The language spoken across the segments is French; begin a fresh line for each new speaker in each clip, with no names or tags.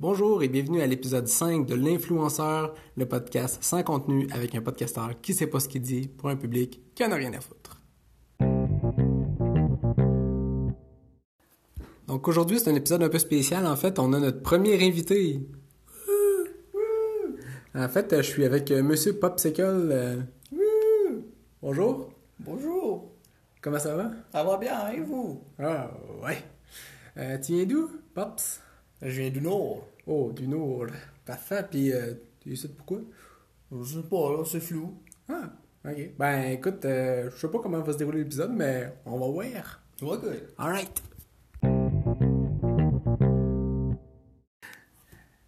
Bonjour et bienvenue à l'épisode 5 de L'influenceur, le podcast sans contenu avec un podcasteur qui sait pas ce qu'il dit pour un public qui en a rien à foutre. Donc aujourd'hui, c'est un épisode un peu spécial. En fait, on a notre premier invité. En fait, je suis avec euh, Monsieur Popsicle. euh, Bonjour.
Bonjour,
Comment ça va?
ça va bien hein, et vous
Ah, ouais. Euh, tu viens d'où, Pops?
Je viens du Nord.
Oh, du Nord. Parfait. Puis, euh, tu sais pourquoi?
Je sais pas, là, c'est flou.
Ah, ok. Ben, écoute, euh, je sais pas comment va se dérouler l'épisode, mais on va voir.
Ok.
Alright.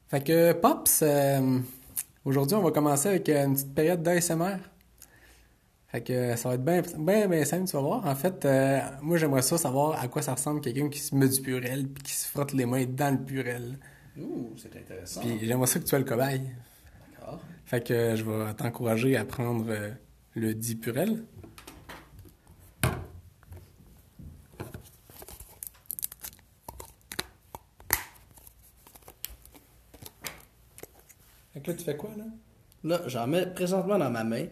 Fait que, Pops, euh, aujourd'hui, on va commencer avec euh, une petite période d'ASMR. Fait que euh, ça va être bien ben, ben simple, tu vas voir. En fait, euh, moi, j'aimerais ça savoir à quoi ça ressemble quelqu'un qui se met du purel puis qui se frotte les mains dans le purel.
Ouh, c'est intéressant.
Puis j'aimerais ça que tu sois le cobaye.
D'accord.
Fait que euh, je vais t'encourager à prendre euh, le dit purel. Fait que là, tu fais quoi, là?
Là, j'en mets présentement dans ma main.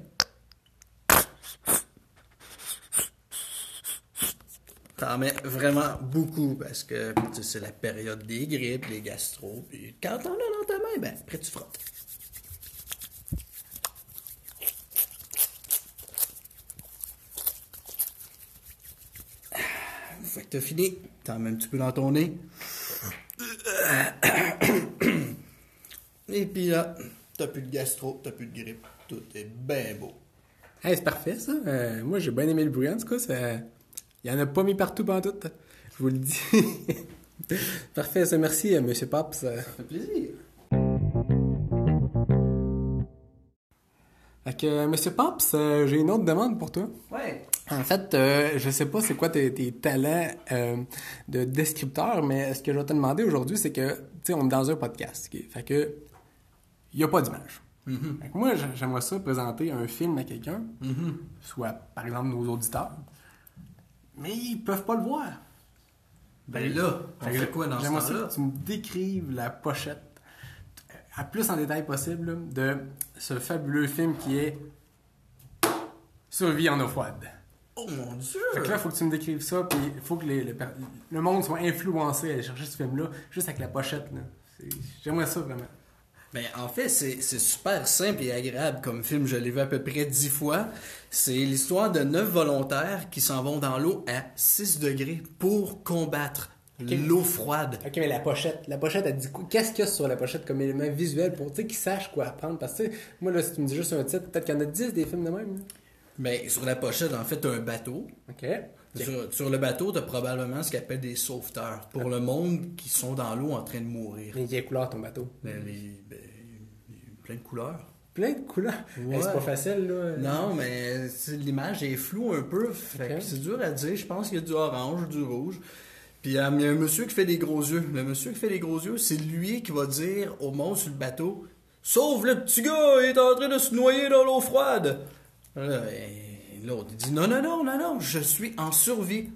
T'en mets vraiment beaucoup parce que tu sais, c'est la période des grippes, des gastro. Puis quand t'en as dans ta main, ben après tu frottes. Fait que t'as fini. T'en mets un petit peu dans ton nez. Et puis là, t'as plus de gastro, t'as plus de grippe. Tout est bien beau.
Hey, c'est parfait, ça. Euh, moi, j'ai bien aimé le bruit, en tout cas. Ça... Il y en a pas mis partout, pantoute. Je vous le dis. parfait, ça. Merci, euh, Monsieur Paps. Euh,
Ça fait plaisir.
Fait que, euh, Monsieur Paps, euh, j'ai une autre demande pour toi.
Ouais.
En fait, euh, je sais pas c'est quoi tes, tes talents euh, de descripteur, mais ce que je vais te demander aujourd'hui, c'est que, tu sais, on est dans un podcast, ok? Fait que, il n'y a pas d'image.
Mm-hmm.
Fait que moi, j'a- j'aimerais ça présenter un film à quelqu'un, soit, par exemple, nos auditeurs, mais ils peuvent pas le voir.
Ben là, on
Fait que
fait quoi dans ce
J'aimerais ça
temps-là?
que tu me décrives la pochette, euh, à plus en détail possible, là, de ce fabuleux film qui est Survie en eau froide.
Oh mon dieu!
Fait que là, faut que tu me décrives ça, puis il faut que les- le, per- le monde soit influencé à aller chercher ce film-là, juste avec la pochette. là. C'est- J'aimerais ça vraiment.
Ben, en fait, c'est c'est super simple et agréable comme film. Je l'ai vu à peu près dix fois. C'est l'histoire de neuf volontaires qui s'en vont dans l'eau à 6 degrés pour combattre l'eau froide.
Ok, mais la pochette, la pochette, elle dit quoi Qu'est-ce qu'il y a sur la pochette comme élément visuel pour qu'ils sachent quoi apprendre Parce que tu sais, moi, là, si tu me dis juste un titre, peut-être qu'il y en a 10 des films de même. là.
Ben, sur la pochette, en fait, t'as un bateau.
Ok.
Sur, sur le bateau, t'as probablement ce qu'on appelle des sauveteurs pour le monde qui sont dans l'eau en train de mourir.
Mais quelle couleur ton bateau
Ben, les- ben, plein de couleurs.
Plein de couleurs. Hey, c'est pas facile, là.
Non, mais c'est- l'image est floue un peu. fait que
Ok.
C'est dur à dire. Je pense qu'il y a du orange, du rouge. Puis euh, il y a un monsieur qui fait des gros yeux. Le monsieur qui fait des gros yeux, c'est lui qui va dire au monde sur le bateau Sauve le petit gars, il est en train de se noyer dans l'eau froide. Là, et L'autre il dit Non, non, non, non, non, je suis en survie.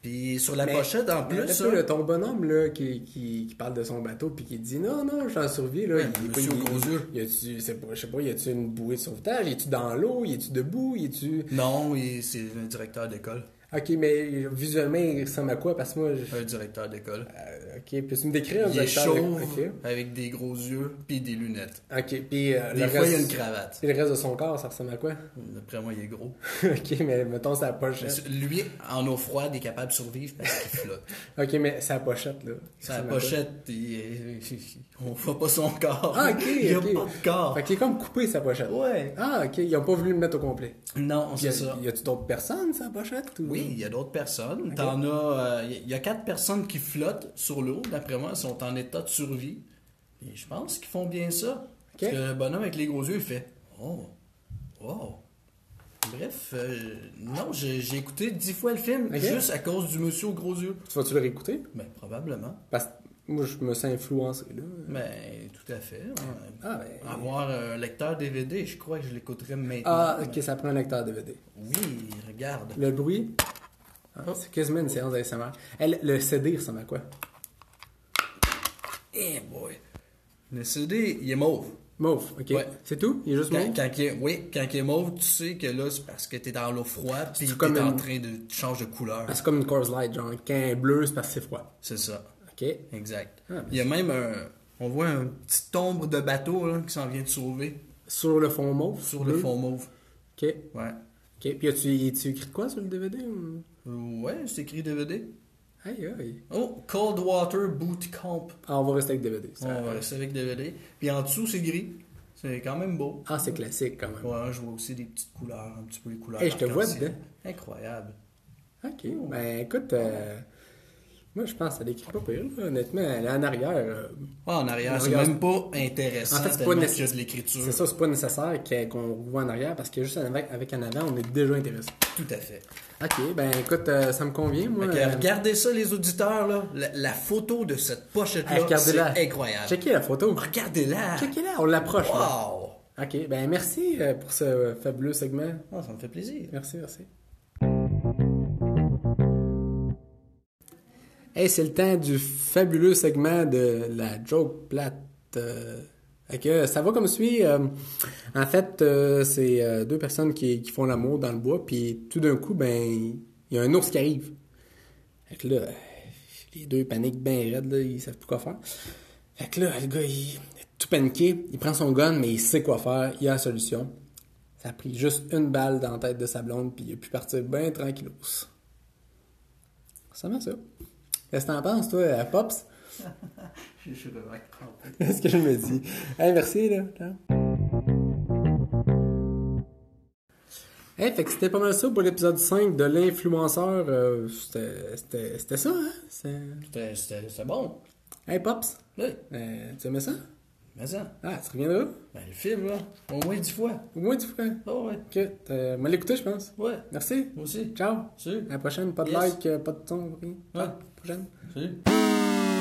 Puis sur la
Mais-
pochette, en
Mais
plus. hein.
t'as
ça-
pas, là, ton bonhomme là, qui, qui, qui parle de son bateau puis qui dit non, non, j'en survis. Là,
Ouais,
il est pas-
monsieur
il-
aux gros yeux.
il a-tu- c'est pas- Je sais pas, y a-tu une bouée de sauvetage Y a-tu dans l'eau Y a-tu debout Y a-tu.
Non, il- c'est un directeur d'école.
Ok, mais visuellement, il ressemble à quoi Parce que moi. je-
Un directeur d'école.
euh, ok, peux-tu me décrire un
Il est
acteur de-
chauve,
Ok.
avec des gros yeux, puis des lunettes.
Ok, puis euh,
Des
le,
fois, il y a une
reste...
cravate.
puis le reste de son corps, ça ressemble à quoi
D'après moi, il est gros.
Ok, mais mettons sa
Mais
pochette.
ce- lui, en eau froide, est capable de survivre parce qu'il flotte.
Ok, mais sa pochette là. ça
Sa
ressemble à quoi?
pochette, il- on voit pas son corps.
Ah, ok,
il n'y a
ok.
pas de corps.
Fait qu'il est comme coupé sa pochette.
Ouais.
Ah, ok, ils ont pas voulu le mettre au complet.
Non,
Y
c'est ça.
a- y a-tu d'autres personnes sa pochette ou-
Oui, il y a d'autres personnes. T'en as, euh, il y a quatre personnes qui flottent sur l'eau. D'après moi, elles sont en état de survie. Et je pense qu'ils font bien ça.
Ok.
Parce que le bonhomme avec les gros yeux, il fait Oh, wow. Bref, euh, non, j'ai j'ai écouté dix fois le film
Ok.
juste à cause du monsieur aux gros yeux.
Tu vas-tu le réécouter?
Mais Ben, probablement.
Parce que moi, je me sens influencé, là.
Mais tout à fait. hein.
Ah, ben-
Avoir euh, un lecteur DVD, je crois que je l'écouterais maintenant.
Ah, ok, ça prend un lecteur DVD.
Oui, regarde.
Le bruit,
Oh.
ah, c'est quasiment une séance d'ASMR. Elle, le CD ressemble à quoi?
Et Eh boy. Le CD, il est mauve.
Mauve, ok.
Ouais.
C'est tout? Il est juste
Quand,
mauve?
quand il est, oui, quand il est mauve, tu sais que là, c'est parce que t'es dans l'eau froide, puis
C'est
t'es
comme
en
une-
train de tu changes de couleur.
Ah, C'est comme une Coors Light, genre. Quand elle est bleue, c'est parce que c'est froid.
C'est ça,
Ok.
exact.
Ah, ben
il y a même un... On voit un petit ombre de bateau là, qui s'en vient de sauver
Sur le fond mauve?
sur le
bleu.
fond mauve.
Ok.
Ouais.
Ok. Puis as-tu tu écrit de quoi sur le DVD? ou-
Ouais, c'est écrit DVD.
Aïe, aïe.
Oh, Cold Water Boot Camp.
Ah, on va rester avec DVD. ça.
On va rester euh, avec DVD. Puis en dessous, c'est gris. C'est quand même beau.
Ah, c'est classique quand même.
Ouais, je vois aussi des petites couleurs, un petit peu les couleurs.
Hey, je te vois
arc-en-ciel.
dedans.
Incroyable.
Ok. Ben écoute, euh, moi je pense qu'elle écrit pas pire, là. honnêtement. Elle est en arrière. euh,
Ouais, en arrière, c'est
Regarde.
même pas intéressant.
En fait, c'est pas
tellement
nécess-
qu'il y a de l'écriture.
C'est ça, c'est pas nécessaire qu'elle- qu'on voit en arrière parce que juste en avec, avec en avant, on est déjà intéressé.
Tout à fait.
Ok, ben écoute, euh, ça me convient, moi.
Ok,
euh,
regardez ça, les auditeurs, là. La, la photo de cette
hey,
pochette-là,
Ah, regardez-la.
c'est incroyable.
Checkez la photo.
Regardez-la.
Checkez-la, on l'approche. là.
Wow.
Ok, ben merci euh, pour ce euh, fabuleux segment.
Ah, ça me fait plaisir.
Merci, merci. Hey, c'est le temps du fabuleux segment de la joke plate. Euh, fait que ça va comme suit. euh, en fait, euh, c'est euh, deux personnes qui, qui font l'amour dans le bois, puis tout d'un coup, ben, il y a un ours qui arrive. Fait que là, euh, les deux paniquent bien raides, là, ils savent plus quoi faire. Fait que là, le gars, il est tout paniqué, il prend son gun, mais il sait quoi faire, il a la solution. Ça a pris juste une balle dans la tête de sa blonde, puis il a pu partir bien tranquillos. Ça va ça. Qu'est-ce que t'en penses, toi, à Pops?
Je suis
C'est ce que je me dis. Hey, merci, là. Ciao. Hey, fait que c'était pas mal ça pour l'épisode 5 de l'influenceur. euh, c'était- c'était c'était ça, hein? C'est-
C'était c'était bon.
Hey, Pops,
Oui,
euh, tu aimais ça?
mais ça.
Ah, tu reviendras?
Ben, le film, là, au moins dix fois.
Au moins, tu ferais.
Ah ouais.
Ok, euh, moi l'écouter, je pense.
Ouais.
Merci.
Moi aussi.
Ciao.
Salut.
À la prochaine. Pas de
Yes.
like, euh, pas de ton. rien.
Ouais.
À la prochaine.
Salut.